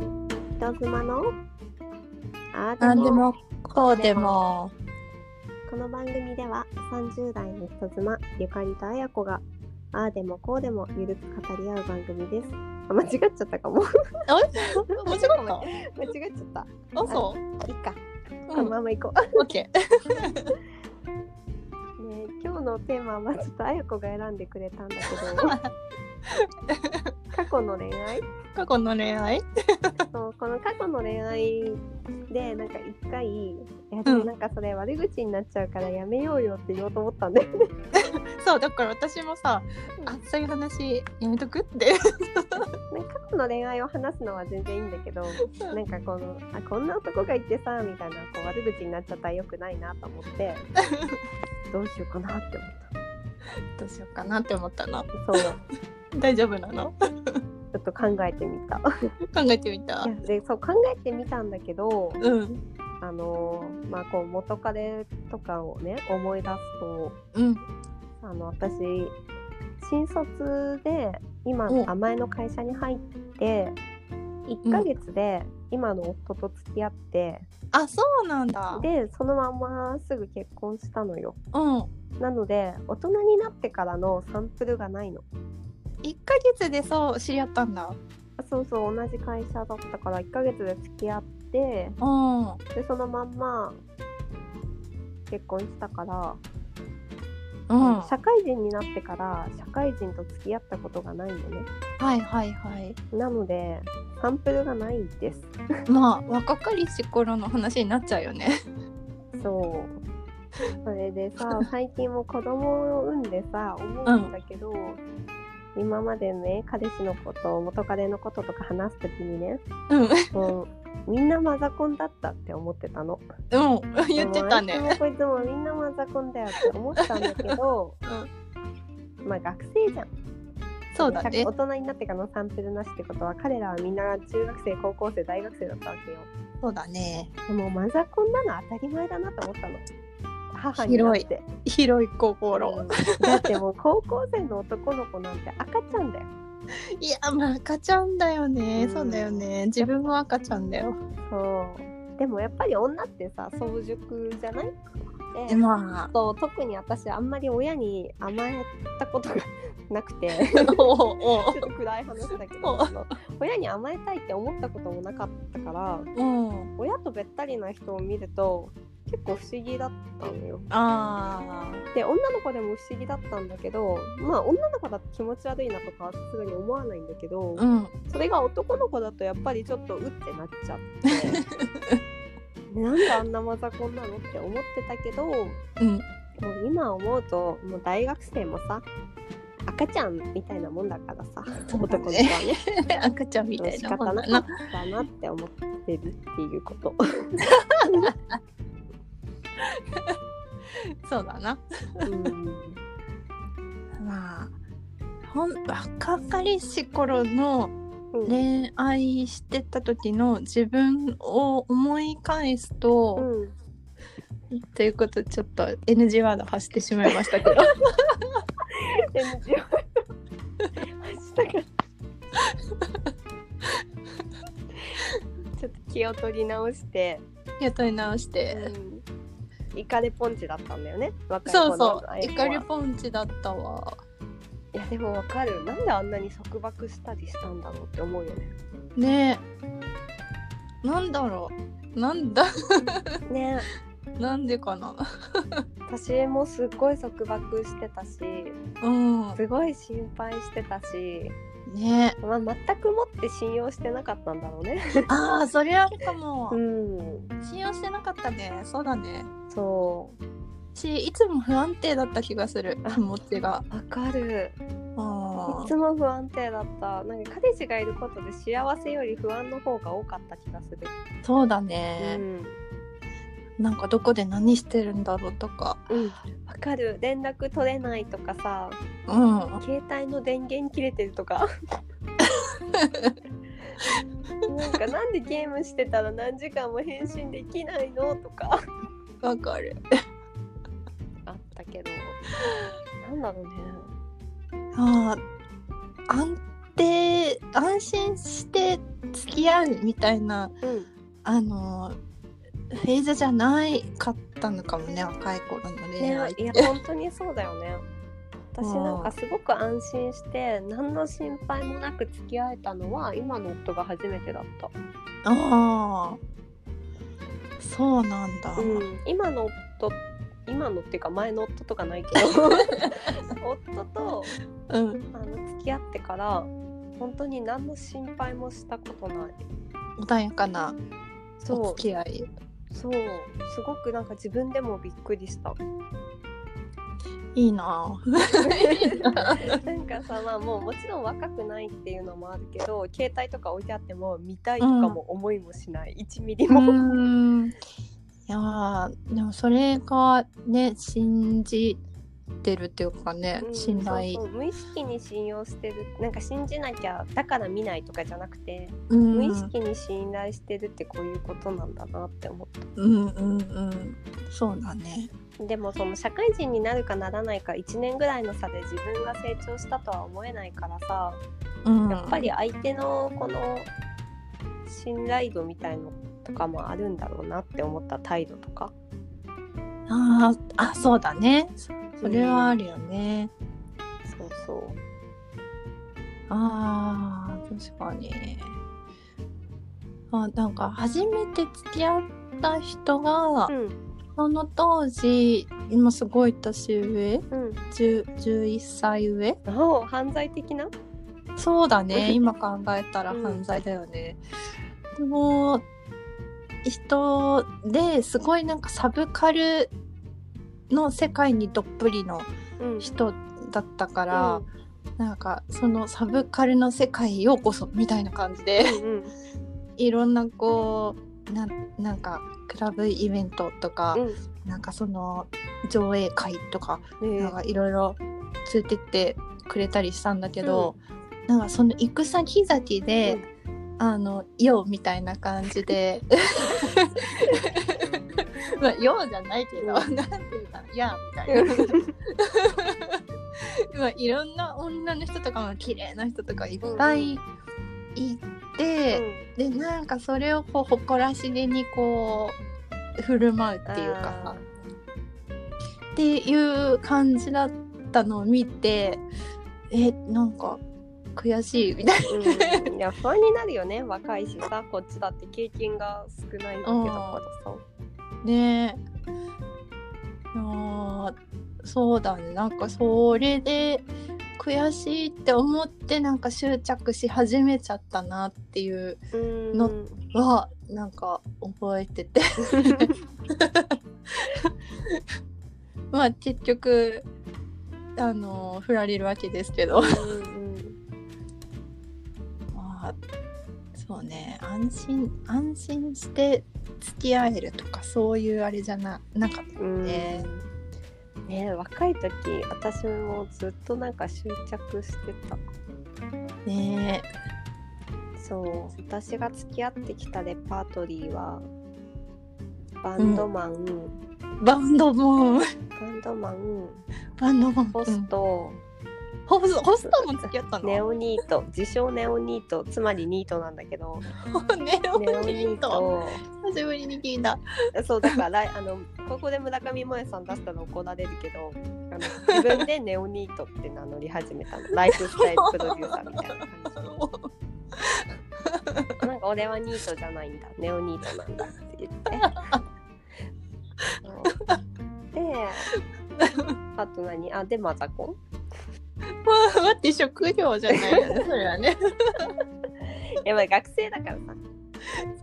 人妻のあー何ででももこうでもこの番組では30代の人妻ゆかりとあやこがああでもこうでもゆるく語り合う番組ですあ間違っちゃったかもえ間違った 間違っちゃったあそいいか、うこのまま行こうオッケーねえ今日のテーマはまあちょっとあやこが選んでくれたんだけど過去の恋愛 過去の恋愛そうこの過去の恋愛でなんか一回いやでもなんかそれ悪口になっちゃうからやめようよって言おうと思ったんだよねそうだから私もさあそういう話やめとくって なんか過去の恋愛を話すのは全然いいんだけどうんなんかこのあこんな男がいてさみたいなこう悪口になっちゃったらよくないなと思ってどうしようかなって思っどうしようかなって思ったなたそうち大丈夫なのょっと考えてみた考えてみたいやでそう考えてみたんだけどうんあのーまあこう元彼とかをね思い出すとうんあの私新卒で今うん名前の会社に入って1ヶ月で今の夫と付き合って、あそうなんだでそのまますぐ結婚したのようんなので大人になってからのサンプルがないの一ヶ月でそう知り合ったんだあそうそう同じ会社だったから1ヶ月で付き合ってうんうんでそのまんま結婚したから、社会人になってから社会人と付き合ったことがないのねはいはいはいなのでサンプルがないですまあ若かりし頃の話になっちゃうよね そう。それでさ、 最近も子供を産んでさ、思うんだけど、今までね、彼氏のこと、元彼のこととか話すときに ね、うんもう、みんなマザコンだったって思ってたの。うん言ってたねで もあいつもこいつもみんなマザコンだよって思ってたんだけ ど、まあ学生じゃん。そうだでね大人になってからのサンプルなしってことは、彼らはみんな中学生、高校生、大学生だったわけよ。そうだねでもマザコンなの当たり前だなと思ったの。母になって。広い心うんだってもう高校生の男の子なんて赤ちゃんだよいやまあ赤ちゃんだよねうんそうだよね自分も赤ちゃんだよそうでもやっぱり女ってさ早熟じゃないでまそう特に私あんまり親に甘えたことがなく てあ ちおうょおっと暗い話だけおどあの親に甘えたいって思ったこともなかったからううん親とべったりな人を見ると結構不思議だったのよあで女の子でも不思議だったんだけどまあ女の子だと気持ち悪いなとかはさすがに思わないんだけど、ーうんそれが男の子だとやっぱりちょっとうってなっちゃってなんであんなマザコンなのって思ってたけどもうんう今思うともう大学生もさ赤ちゃんみたいなもんだからさそうだね男の子はね赤ちゃんみたい仕な方もんなだかっなたなって思ってるっていうこと。そうだなうんまあほん若かりし頃のうん恋愛してた時の自分を思い返すうと、んということでちょっと NG ワード発してしまいました けど NG ワード明日からちょっと気を取り直して雇い直して、うんイカレポンチだったんだよね若い頃そうそのう英イ語はカリポンチだったわいやでもわかるなんであんなに束縛したりしたんだろうって思うよねねえなんだろうなんだ ねなんでかな私もすっごい束縛してたしうんすごい心配してたし、ねまあ、全くもって信用してなかったんだろうねえああそれあるかも、ん信用してなかったねそうだねそしいつも不安定だった気がするあ気持ちがうわかるあいーつも不安定だったなんか彼氏がいることで幸せより不安の方が多かった気がする、そうだね、うんなんかどこで何してるんだろうとか、うん、わかる連絡取れないとかさうん、携帯の電源切れてると かなんかなんでゲームしてたら何時間も返信できないのとかわかる。あったけどなんだろうねあー安定安心して付付き合うみたいなうんあのフェーズじゃないかったのかもね若い頃の恋ね、愛いや本当にそうだよね私なんかすごく安心して何の心配もなく付き合えたのは今の夫が初めてだった、ああそうなんだ、うん、今の夫今のっていうか前の夫とかないけ ど夫とうん、あの付き合ってから本当に何の心配もしたことない穏やかなおそ付き合いうそうすごくなんか自分でもびっくり したいいななんかさまあもうもちろん若くないっていうのもあるけど携帯とか置いてあっても見たいとかも思いもしない、1ミリ うも、んいやーでもそれがね信じてるっていうかね、うん信頼そうそう無意識に信用してるなんか信じなきゃだから見ないとかじゃなくて、うん無意識に信頼してるってこういうことなんだなって思っうんうんうんそうだねたでもその社会人になるかならないか1年ぐらいの差で自分が成長したとは思えないからさうんやっぱり相手のこの信頼度みたいのとかもあるんだろうなって思った態度とかあーあそうだねそそれはあるよね、そうそうあー確かにあなんか初めて付き合った人が、うんその当時今すごい年上うん10 11歳上お犯罪的なそうだね今考えたらうん犯罪だよね、もう人ですごいなんかサブカルの世界にどっぷりのうん人だったから、なんかそのサブカルの世界へようこそみたいな感じでうんうんいろんなこうななんかクラブイベントとか、うんなんかその上映会とかねえなんかいろいろ連れてってくれたりしたんだけど、なんかその行く先々で、あの「よ」みたいな感じ でまあ「よ」じゃないけど、うんなんていうかな「や」みたいな。まあ、いろんな女の人とかも綺麗な人とかいっぱいいて、でなんかそれをこう誇らしげにこう振る舞うっていうかさっていう感じだったのを見てえなんか悔しいみたいうん、いや不安になるよね若いしさこっちだって経験が少ないんだけどまださなねあーそうだねなんかそれで悔しいって思ってなんか執着し始めちゃったなっていううんのはなんか覚えてて まあ結局あの振られるわけですけうどんまあそうね安心安心して付き合えるとかそういうあれじゃななかったうんねね若い時私もずっとなんか執着してたねそう私が付き合ってきたレパートリーはバンドマン、バンドもバンドマンバンドもホスト、ホスホストも付き合ったのネ オニート自称ネオニートつまりニートなんだけどネオ ネオニニーートト久しぶりに聞いた そうだからあのここで村上萌さん出したら怒られるけどあの自分でネオニートって名乗り始めたのライフスタイルプロデューサーみたいな感じなんか俺はニートじゃないんだネオニートなんだって言ってそうであと何あでマザコン待って職業じゃないよ ねそれはねいやまあ学生だからさ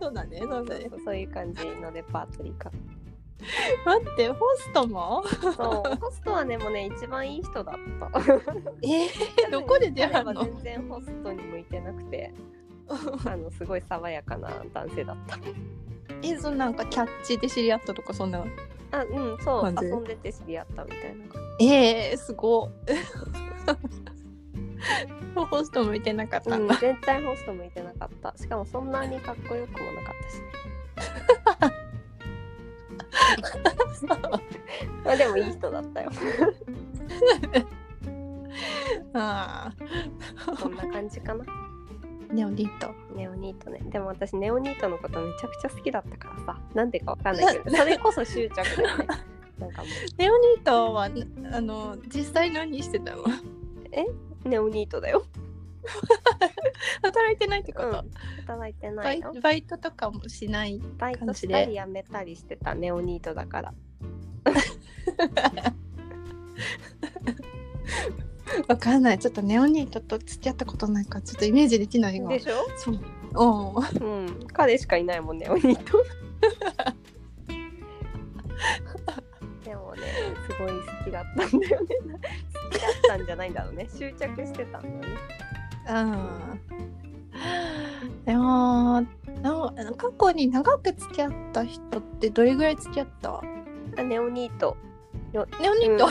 そうだねそうだねそうそういう感じのレパートリーか待ってホストもそうホストはねもうね一番いい人だったえー、どこで出会う彼はの全然ホストに向いてなく てあのすごい爽やかな男性だったえそのなんかキャッチで知り合ったとかそんなあうんそう感じ遊んでて知り合ったみたいな感ええす ごい。ホスト向いてなかっじ、たんうんだ。絶対ホスト向いてなかったしかもそんなにかっこよくもなかったしね まあでもいい人だったよああそんな感じかなネオニートネオニートねでも私ネオニートのことめちゃくちゃ好きだったからさなんでかわかんないけ どそれこそ執着だよねなんかもネオニートはあの実際何してたの うネオニートだよ、働いてないってこうとん、働いてなバいイのバイトとかもしないバイトしたり辞めたりしてたネオニートだからわかんないちょっとネオニートと付き合ったことないからちょっとイメージできないわでしょそうおううん彼しかいないもんねお兄 とでもねすごい好きだったんだよね好きだったんじゃないんだろうね執着してたんだよねうんでもな過去に長く付き合った人ってどれぐらい付き合ったあねお兄とネオニート、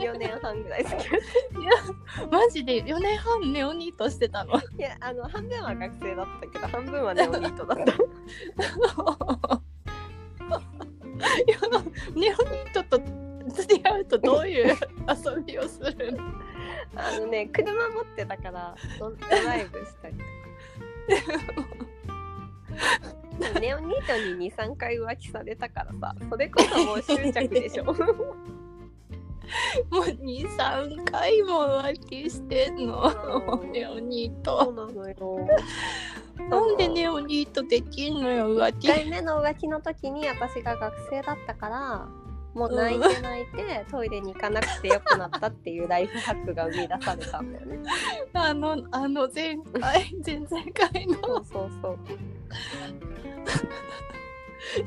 4年半ぐらい好きだっマジで4年半ネオニートしてたの たいやあの半分は学生だったけど半分はねお兄とだったいやネオニートと付き合うとどういう遊びをするのあのね車持ってたからドドライブしたりと かネオニートに23回浮気されたからさそれこそもう執着で しょもう23回も浮気してんのうんネオニーそトうなのよ。なんでネオニートできんのよ浮気1回目の浮気の時に私が学生だったからもう泣いて泣いてトイレに行かなくてよくなったっていうライフハックが生み出されたんだよね。あのあの前回前々回そのうそうそう。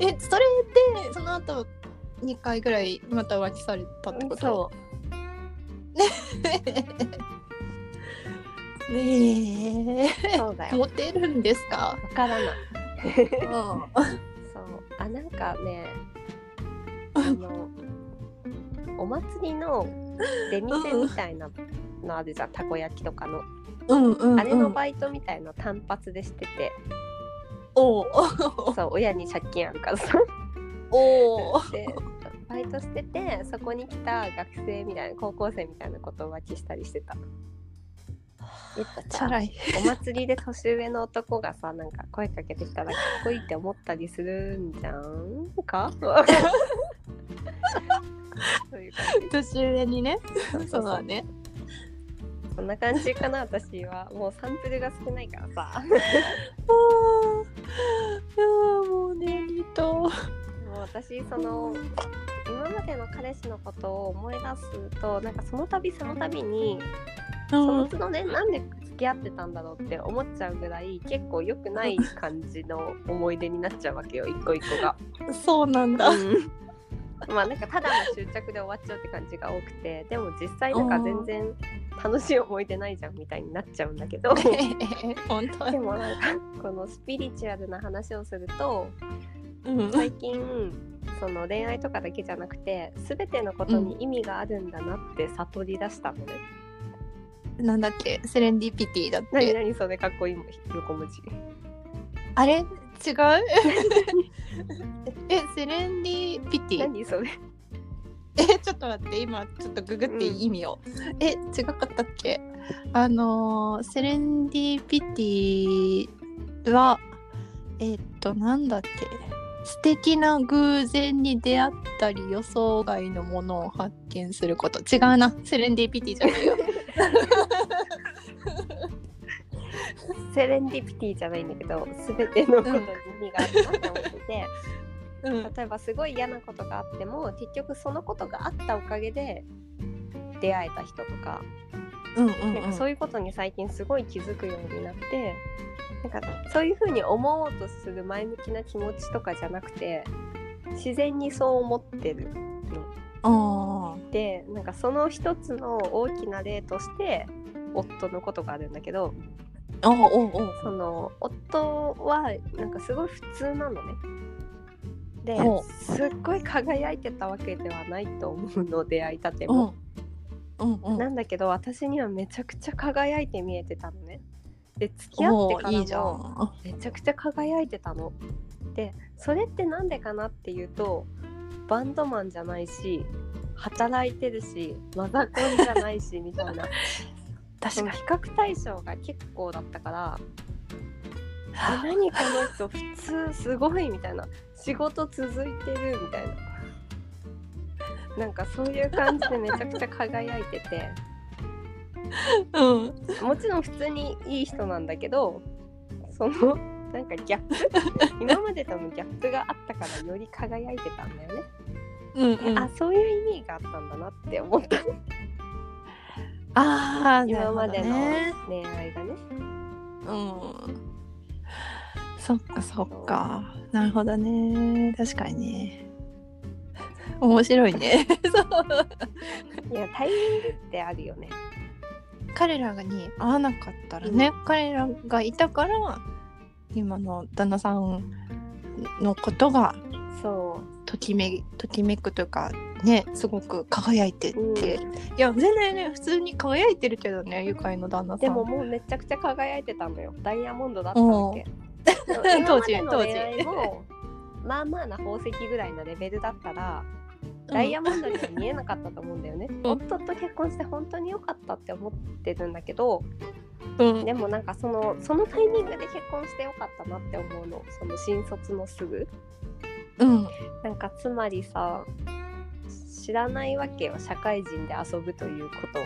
えそれでその後2回ぐらいまた浮気されたってことうねうそうだえよ。わモテるんですか、からない。うそうあなんか ねあのお祭りの出店みたいなのあるじゃんたこ焼きとかのん、うんうんうんあれのバイトみたいの単発でしてておうそう親に借金あるからさおう でバイトしててそこに来た学生みたいな高校生みたいなことを浮気したりしてた。やっぱチさャラいお祭りで年上の男がさなんか声かけてきたらかっこいいって思ったりするんじゃんか そういう感じ年上にねそうそう そうそだうねそんな感じかな私はもうサンプルが少ないからさ ああもうねリトもう私その今までの彼氏のことを思い出すとなんかその度その度にその都度ねなんで付き合ってたんだろうって思っちゃうぐらい結構良くない感じの思い出になっちゃうわけよ一個一個が。そうな んだうん、まあなんかただの執着で終わっちゃうって感じが多くてでも実際なんか全然楽しい思い出ないじゃんみたいになっちゃうんだけどで本当に、もなんかこのスピリチュアルな話をするとうん、最近その恋愛とかだけじゃなくて全てのことに意味があるんだなって悟り出したのね。なんだっけセレンディピティだっ何て何それかっこいいも横文字。あれ違うえセレンディピティ何それえちょっと待って今ちょっとググって意味を、え違かったっけあのーセレンディピティはえっとなんだっけ素敵な偶然に出会ったり予想外のものを発見すること違うなセレンディピティじゃないよセレンディピティじゃないんだけど全てのことに意味があるなって思ってて。うん例えばすごい嫌なことがあっても結局そのことがあったおかげで出会えた人とか,、うんうんなんうかんそういうことに最近すごい気づくようになってなんかそういうふうに思おうとする前向きな気持ちとかじゃなくて自然にそう思ってるあでなんかその一つの大きな例として夫のことがあるんだけどーあーおうおうその夫はなんかすごい普通なのね。でおうすっごい輝いてたわけではないと思うの出会いたてうも、んうんうなんんだけど私にはめちゃくちゃ輝いて見えてたのねで付き合ってかおーいいじらゃもんめちゃくちゃ輝いてたのでそれってなんでかなっていうとバンドマンじゃないし働いてるしマザコンじゃないしみたいなそ確の比較対象が結構だったからあ何この人普通すごいみたいな仕事続いてるみたいななんかそういう感じでめちゃくちゃ輝いててうんもちろん普通にいい人なんだけどそのなんかギャップ今までとのギャップがあったからより輝いてたんだよね、うんうんあそういう意味があったんだなって思ったあーなる今ほまどでのね恋愛がねうんそっかそっかなるほどね確かにね面白いねそいうやタイミングってあるよね 彼らがに会わなかったらね、彼らがいたから今の旦那さんのことがそときめときめくというかねすごく輝いてって、うんいや全然ね普通に輝いてるけどねゆかいの旦那さんうでももうめちゃくちゃ輝いてたのよダイヤモンドだったわけ当 時今までの恋愛もまあまあな宝石ぐらいのレベルだったらダイヤモンドには見えなかったと思うんだよね、夫と結婚して本当に良かったって思ってるんだけどうんうんでもなんかそのそのタイミングで結婚して良かったなって思うのその新卒のすぐうんなんかつまりさ知らないわけよ社会人で遊ぶということを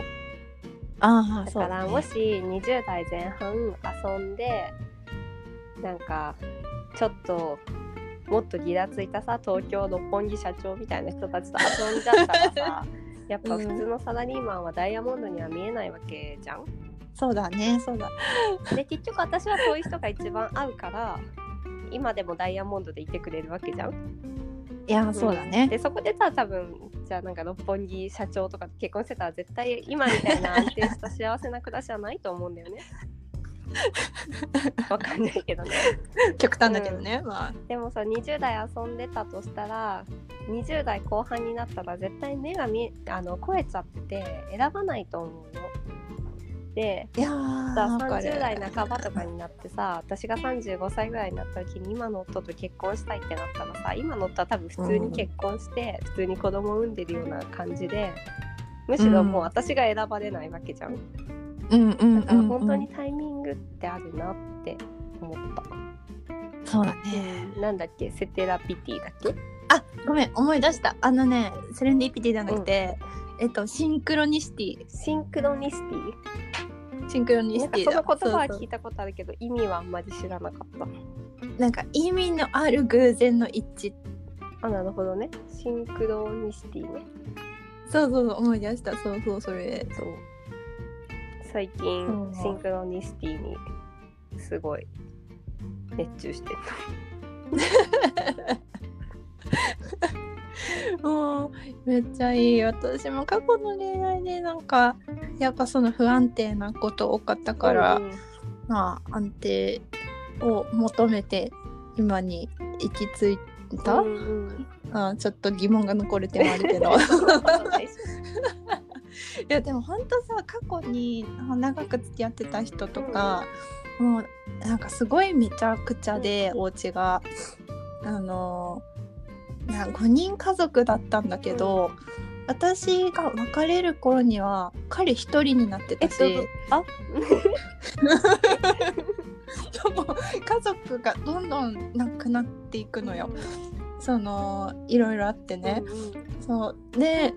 ああだそうかだ、らね、もし20代前半遊んでなんかちょっともっとギラついたさ東京六本木社長みたいな人たちと遊んじゃったら さやっぱ普通のサラリーマンはダイヤモンドには見えないわけじゃん。そうだねそうだで結局私はそういう人が一番合うから今でもダイヤモンドでいてくれるわけじゃん。いやそうだねでそこでさ多分じゃあなんか六本木社長とか結婚してたら絶対今みたいな安定した幸せな暮らしはないと思うんだ よね。わかんないけどね。極端だけどね、まあでもさ20代遊んでたとしたら20代後半になったら絶対目が見えあの超えちゃってて選ばないと思うの。でいやさーわかる30代半ばとかになってさ私が35歳ぐらいになった時に今の夫と結婚したいってなったらさ今の夫は多分普通に結婚して、普通に子供を産んでるような感じでむしろもう私が選ばれないわけじゃん、うんうんうん、うん、だから本当にタイミングってあるなって思った、そうだねなんだっけセテラピティだっけあごめん思い出したあのねセレンディピティじゃなくて、えっとシンクロニシティシンクロニシティシンクロニなシんかティそだの言葉はそう聞いたことあるけど意味はあんまり知らなかったそうなんか意味のある偶然の一致あなるほどねシンクロニシティねそうそうそう思い出したそうそうそれそう最近そうシンクロニシティにすごい熱中してるもうめっちゃいい私も過去の恋愛でなんかやっぱその不安定なこと多かったから、うんまあ安定を求めて今に行き着いた、うんうんあーちょっと疑問が残る点もあるけ どいやでもほんとさ過去に長く付き合ってた人とか、もうなんかすごいめちゃくちゃで、お家があのーな5人家族だったんだけど、私が別れる頃には彼一人になってえったし、とあ もう家族がどんどんなくなっていくのよ、そのいろいろあってね、うんうんそうで、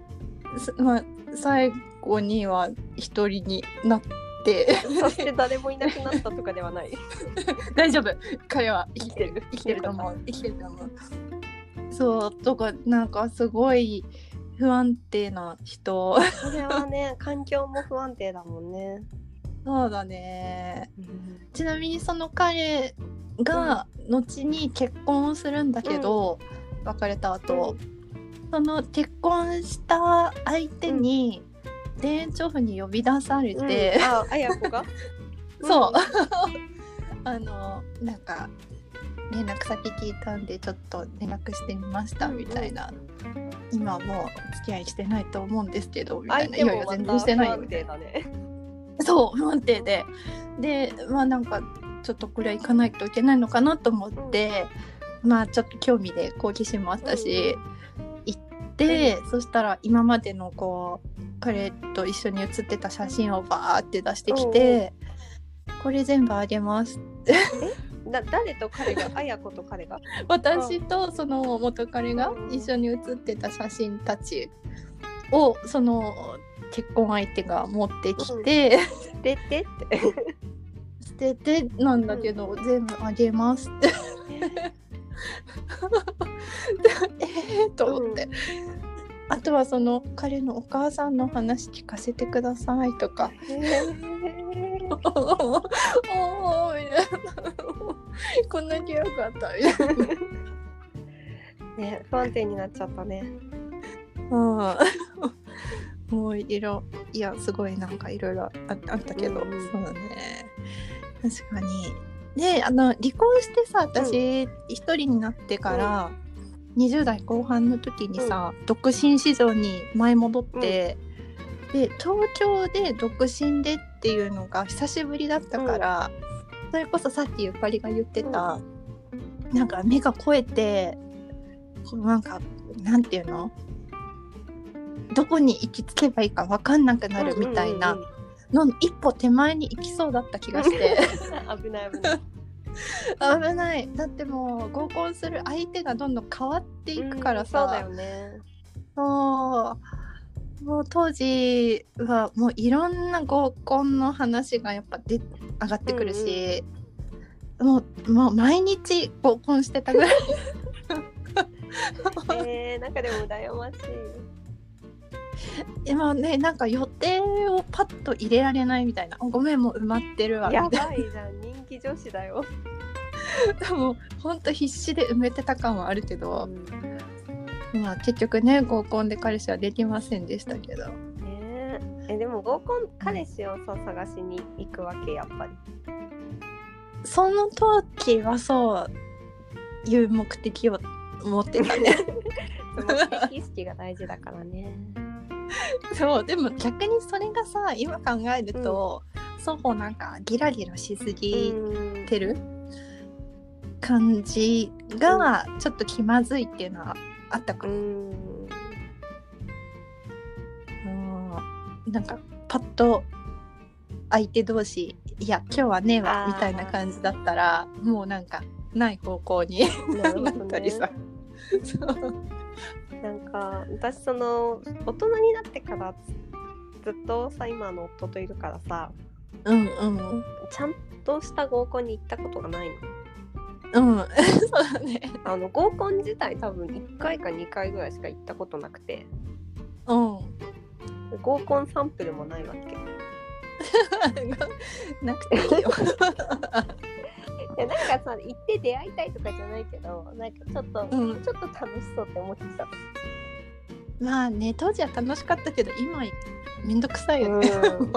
すまあ、最後には一人になってそして誰もいなくなったとかではない 大丈夫彼は生きててる生きてると思う生きてると思うそうとかなんかすごい不安定な人 それはね環境も不安定だもんね、そうだねちなみにその彼が後に結婚をするんだけど、別れた後、その結婚した相手に、田園調布に呼び出されて、うんああやこ がそう、 あのなんか連絡先聞いたんでちょっと連絡してみましたうんうんみたいな、今はもう付き合いしてないと思うんですけどみた相いな手いやいもまや全た然して不ないよ安定だねそう不安定ででまあなんかちょっとこれは行かないといけないのかなと思って、まあちょっと興味で好奇心もあったし、行って、そしたら今までのこう彼と一緒に写ってた写真をバーって出してきて、これ全部あげますな誰と彼が綾子と彼 が私とその元彼が一緒に写ってた写真たちをその結婚相手が持ってきて、出てって捨ててなんだけど、全部あげますってえーと思って、あとはその彼のお母さんの話聞かせてくださいと か おーおーみたいなこんなに良かったみたいな。ね不安定になっちゃったねうん もういろいやすごいなんかいろいろああったけど、うんそうだね確かにねあの離婚してさ私一、人になってから、20代後半の時にさ、独身市場に前戻って、で東京で独身でっていうのが久しぶりだったから、それこそさっきゆかりが言ってた、なんか目が肥えてこうなんかなんていうのどこに行き着けばいいか分かんなくなるみたいなうんうんのの一歩手前に行きそうだった気がして。うん 危ない危ない 危ないだってもう合コンする相手がどんどん変わっていくからさ、うんそうだよ ねそうもう当時はもういろんな合コンの話がやっぱで上がってくるし、もうもう毎日合コンしてたぐらい えー、なんかでも羨ましい今ねなんか予定をパッと入れられないみたいなごめんもう埋まってるわみたいやなばいじゃん人気女子だよ、もうほんと必死で埋めてた感はあるけど、んまあ結局ね合コンで彼氏はできませんでしたけど。ねええでも合コン彼氏をさ探しに行くわけやっぱりその時はそういう目的を持ってたねその意識が大事だからね そうでも逆にそれがさ今考えると、双方なんかギラギラしすぎうんてる感じがちょっと気まずいっていうのはあったかうも、んうんなんかパッと相手同士いや今日はねえわあーみたいな感じだったらもうなんかない方向になるほなどったねりさ、そうなんか私その大人になってからずっとさ今の夫といるからさうんうんちゃんとした合コンに行ったことがないのうん、そうだね。あの合コン自体多分1回か2回ぐらいしか行ったことなくてうん。 合コンサンプルもないわけなくていいいよ。やなんかさ行って出会いたいとかじゃないけどなんかちょっと、うんちょっと楽しそうって思ってた。まあね、当時は楽しかったけど、今めんどくさいよね。うん、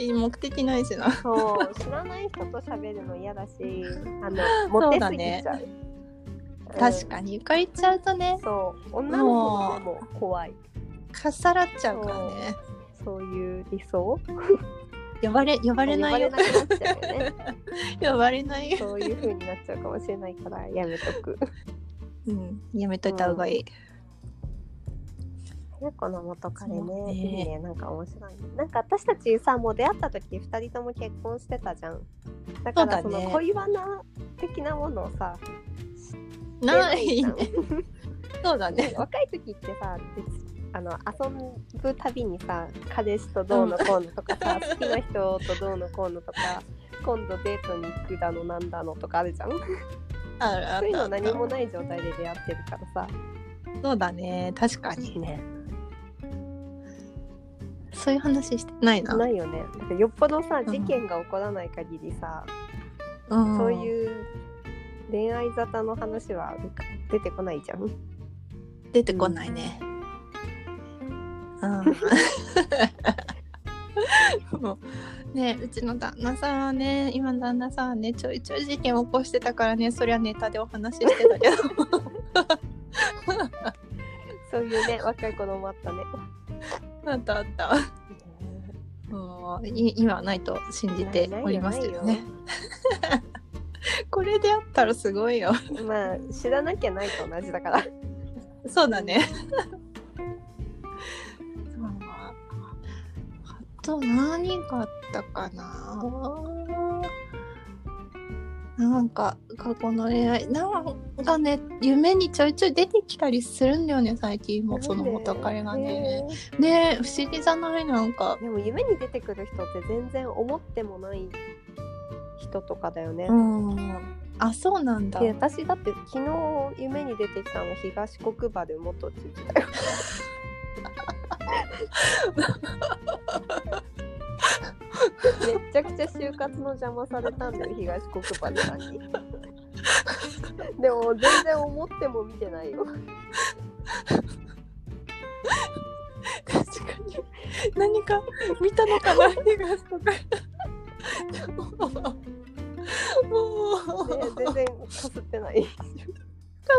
いい目的ないしな。そう知らない人と喋るの嫌だしあのモテすぎちゃう。うん確かに、ゆかりちゃうとね、そう女の子もでも怖いかっさらっちゃうからね。そういう理想呼ばれ、呼ばれないよ。呼ばれなくなっちゃうよね呼ばれないよ。そういう風になっちゃうかもしれないからやめとく。うん、やめといた方がいい。親子の元彼そうねねいいねなんか面白いねなんか私たちさもう出会った時2人とも結婚してたじゃんだからそそうだのね恋バナ的なものをさな出じいね。ゃん そうだね。若い時ってさ別あの遊ぶたびにさ彼氏とどうのこうのとか さ、好きな人とどうのこうのとか今度デートに行くだのなんだのとかあるじゃんそあるあういうるあの何もるない状態で出会ってるからさそうだね。確かに。ねそういう話してないな。ないよねだからよっぽどさん事件が起こらない限りさ、うんそういう恋愛沙汰の話は出てこないじゃん 出てこないね。うん。 もうねうちの旦那さんはね今の旦那さんはねちょいちょい事件起こしてたからねそりゃネタでお話ししてたけ どそういう ね若い子供あったねあったあったもうい今はないと信じておりますけどないね これであったらすごいよまあ知らなきゃないと同じだからそうだね。そうあと何があったかな。なんか過去の恋愛なんかね夢にちょいちょい出てきたりするんだよね最近もその元彼がね。ね不思議じゃないなんか。でも夢に出てくる人って全然思ってもない人とかだよね。うん。あそうなんだ。で私だって昨日夢に出てきたの東国場で元知事だよ。めっちゃくちゃ就活の邪魔されたんだよ東国場でさんに。でも全然思っても見てないよ。確かに何か見たのかな東国場。もう。で全然かすってない。か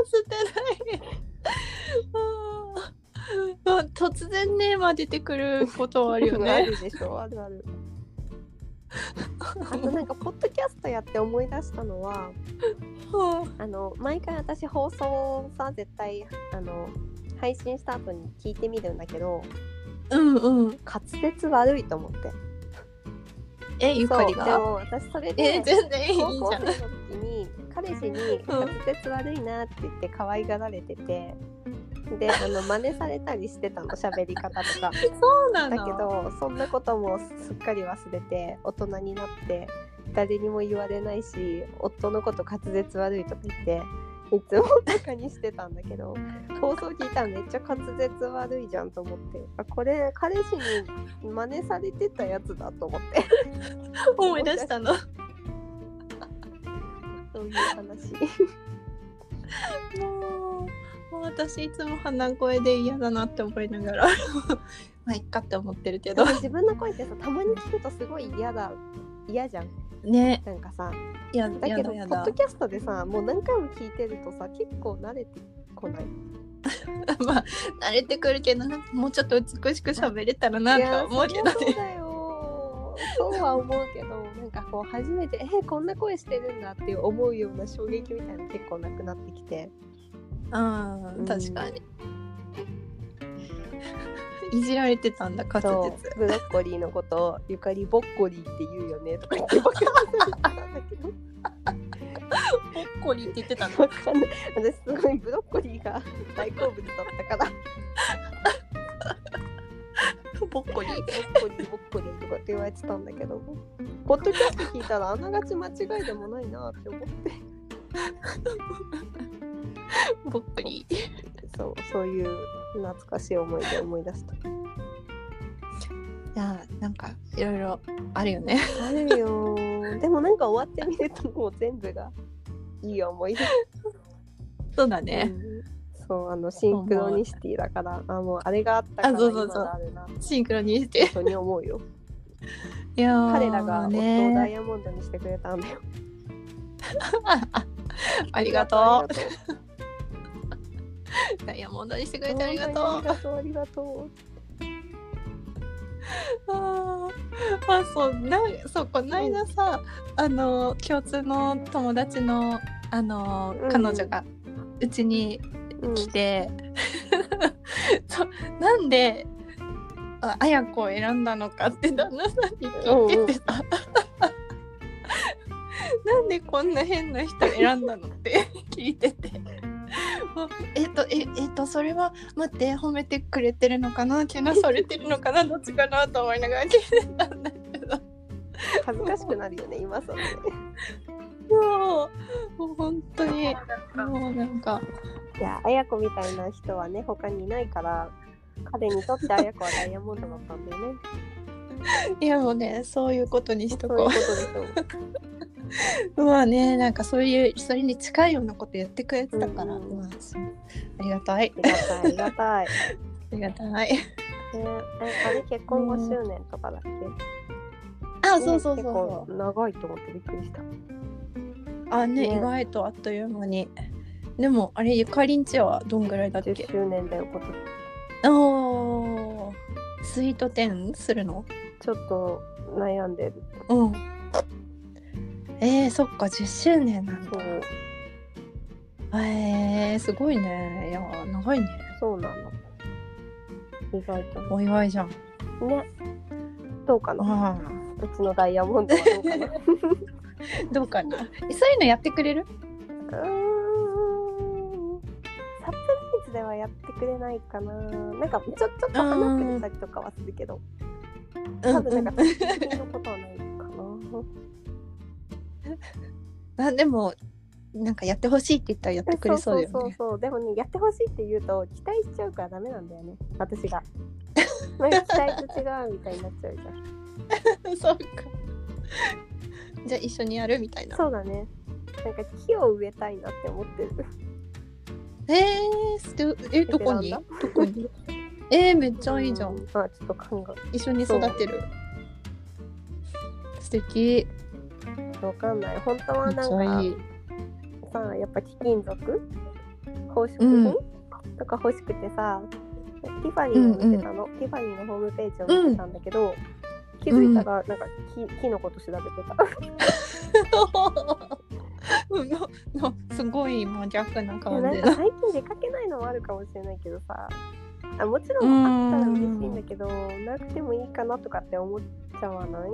すてないあー。まあ突然ね、まあ、出てくることはあるよあね。るでしょあるある。あとなんかポッドキャストやって思い出したのはうんあの毎回私放送をさ絶対あの配信した後に聞いてみるんだけどうんうん。滑舌悪いと思ってえ、ゆかりそうでが。も私それえ、で全然いいじ高校ゃ生のん。時に彼氏に滑舌悪いなって言って可愛がられててであの真似されたりしてたの喋り方とかそうなだの。けどそんなこともすっかり忘れて大人になって誰にも言われないし夫のこと滑舌悪いとか言っていつもバカにしてたんだけ ど放送聞いたらめっちゃ滑舌悪いじゃんと思ってあこれ彼氏に真似されてたやつだと思って思い出したの。 そういう話もう、もう私いつも鼻声で嫌だなって思いながら。まあ、いっかって思ってるけ でども。自分の声ってさたまに聞くとすごい嫌だ嫌じゃんね、なんかさいや、だけやどだポやッだド。キャストでさもう何回も聞いてるとさ結構慣れてこない まあ、慣れてくるけど、なんかもうちょっと美しく喋れたらなとは思うけどいやそりゃそうね。だよそうは思うけどなんかこう初めてえこんな声してるんだっていう思うような衝撃みたいなの結構なくなってきてうん、確かに。いじられてたんだ、滑そ舌。うブロッコリーのことをゆかりぼっこりって言うよねとか言ってバカにされてたんだけどポッコリって言ってたの。わかんない私すごいブロッコリーが大好物だったからポッコリ。ぼっこりぼっこりとかって言われてたんだけどポッドキャスト聞いたらあながち間違いでもないなって思ってポッコリ。そうそういう懐かしい思い出思い出した。いや、なんか、いろいろあるよね。あるよーでもなんか終わってみるともう全部がいい思い出、 そうだうね。んそうあのシンクロニシティだからあもうあれがあったからあそうそうそ今うがあるなってシンクロにして。本当に思う よいやー彼らが夫をダイね。ヤモンドにしてくれたんだよありがとう。ダイヤモンドにしてくれてありがとう。ありがとうありがとあーあそうなそうこの間さあの共通の友達のあのうん彼女がうちにう、うん、来て、 そうなんであ綾子を選んだのかって旦那さんに聞いててさ、 なんでこんな変な人選んだのって 聞いてて。もうえっとええっとそれは待って褒めてくれてるのかなけなされてるのかなどっちかなと思いながら聞いてたんだけど恥ずかしくなるよね今さねもうもう本当にもうなんかいや綾子みたいな人はね他にいないから彼にとって綾子はダイヤモンドだったんだよねいやもうねそういうことに しそとういうこことでしょうまあねなんかそういうそれに近いようなことやってくれてたから、うんまあありがたいありがたいありが たいありがた いね、えあれ結婚5周年とかだっけ、あねそうそうそう結構そ長いと思ってびっくりしたうあねね意外とあっという間にでもあれゆかりんちはどんぐらいだっけ10周年だよ今年おースイート10するのちょっと悩んでるうんえー、そっか10周年なんそだうえー、すごいねいや長いねそうなの意外とお祝いじゃんねどうかなあうちのダイヤモンドはどうかな どうかなえ そういうのやってくれるうーんサプライズではやってくれないかななんかちょちょっと話してくれたりとかはするけど多分なんか特にのことはないかあでもなんかやってほしいって言ったらやってくなれそうだよねそうそうでもねやってほしいって言うと期待しちゃうからダメなんだよね私が なんか期待と違うみたいになっちゃうじゃん そうか。じゃあ一緒にやるみたいな。そうだねなんか木を植えたいなって思ってるえー、すてえどこにベラどン こにえー、めっちゃいいじゃ。うんまあちょっと考え一緒に育てる。素敵。わかんない本当はめっなんちゃかいい。 さやっぱ貴金属宝飾品、うんとか欲しくてさティファニーを見てたの、ティファニーのホームページを見てたんだけど、気づいたらなんか木木のこと調べてたうんののすごい真逆なで感なんじかだ。最近出かけないのもあるかもしれないけどさあもちろんあったら嬉しいんだけどなくてもいいかなとかって思っちゃわない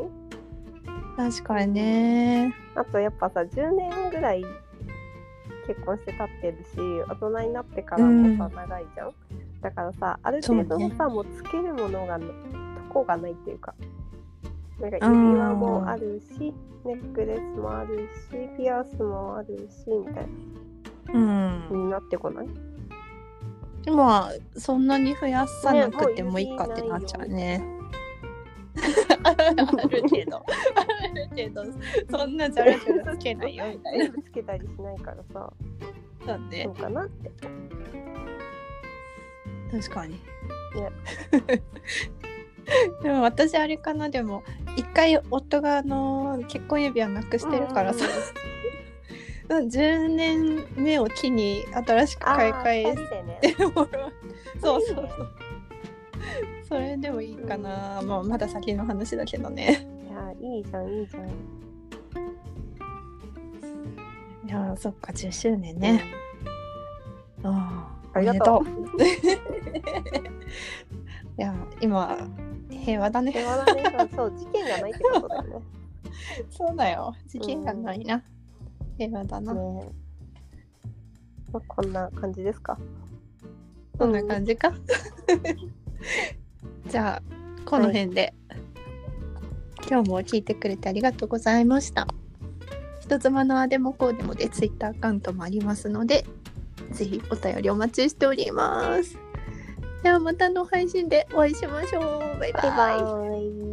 確かにね。あとやっぱさ10年ぐらい結婚して経ってるし大人になってからもさ、うん長いじゃんだからさある程度のさもうつけるものがなとこがないっていうかなんか指輪もあるしネックレスもあるしピアスもあるしみたいうんな。になってこないでもそんなに増やさなくてもいいかってなっちゃうね。ある程度ある程度そんなじゃらじゃらつけないよみたいな全部つけたりしないからさだってそうかなって確かに。 でも私あれかなでも一回夫があの結婚指輪なくしてるからさ、10年目を機に新しくあ買いー二替え人でねでも そうそうそいいねう。それでもいいかな、まあまだ先の話だけどね。いやいいじゃんいいじゃんいやそっか10周年ね。あありがとう いや今平和だね。手放れさそう事件がないってことだよね そうだよ事件がないな。平和だな。ねまあ、こんな感じですか。そんな感じか。じゃあこの辺で、今日も聞いてくれてありがとうございました。人妻のあでもこうでもでツイッターアカウントもありますのでぜひお便りお待ちしております。ではまたの配信でお会いしましょう。バイバイ。バイバイ。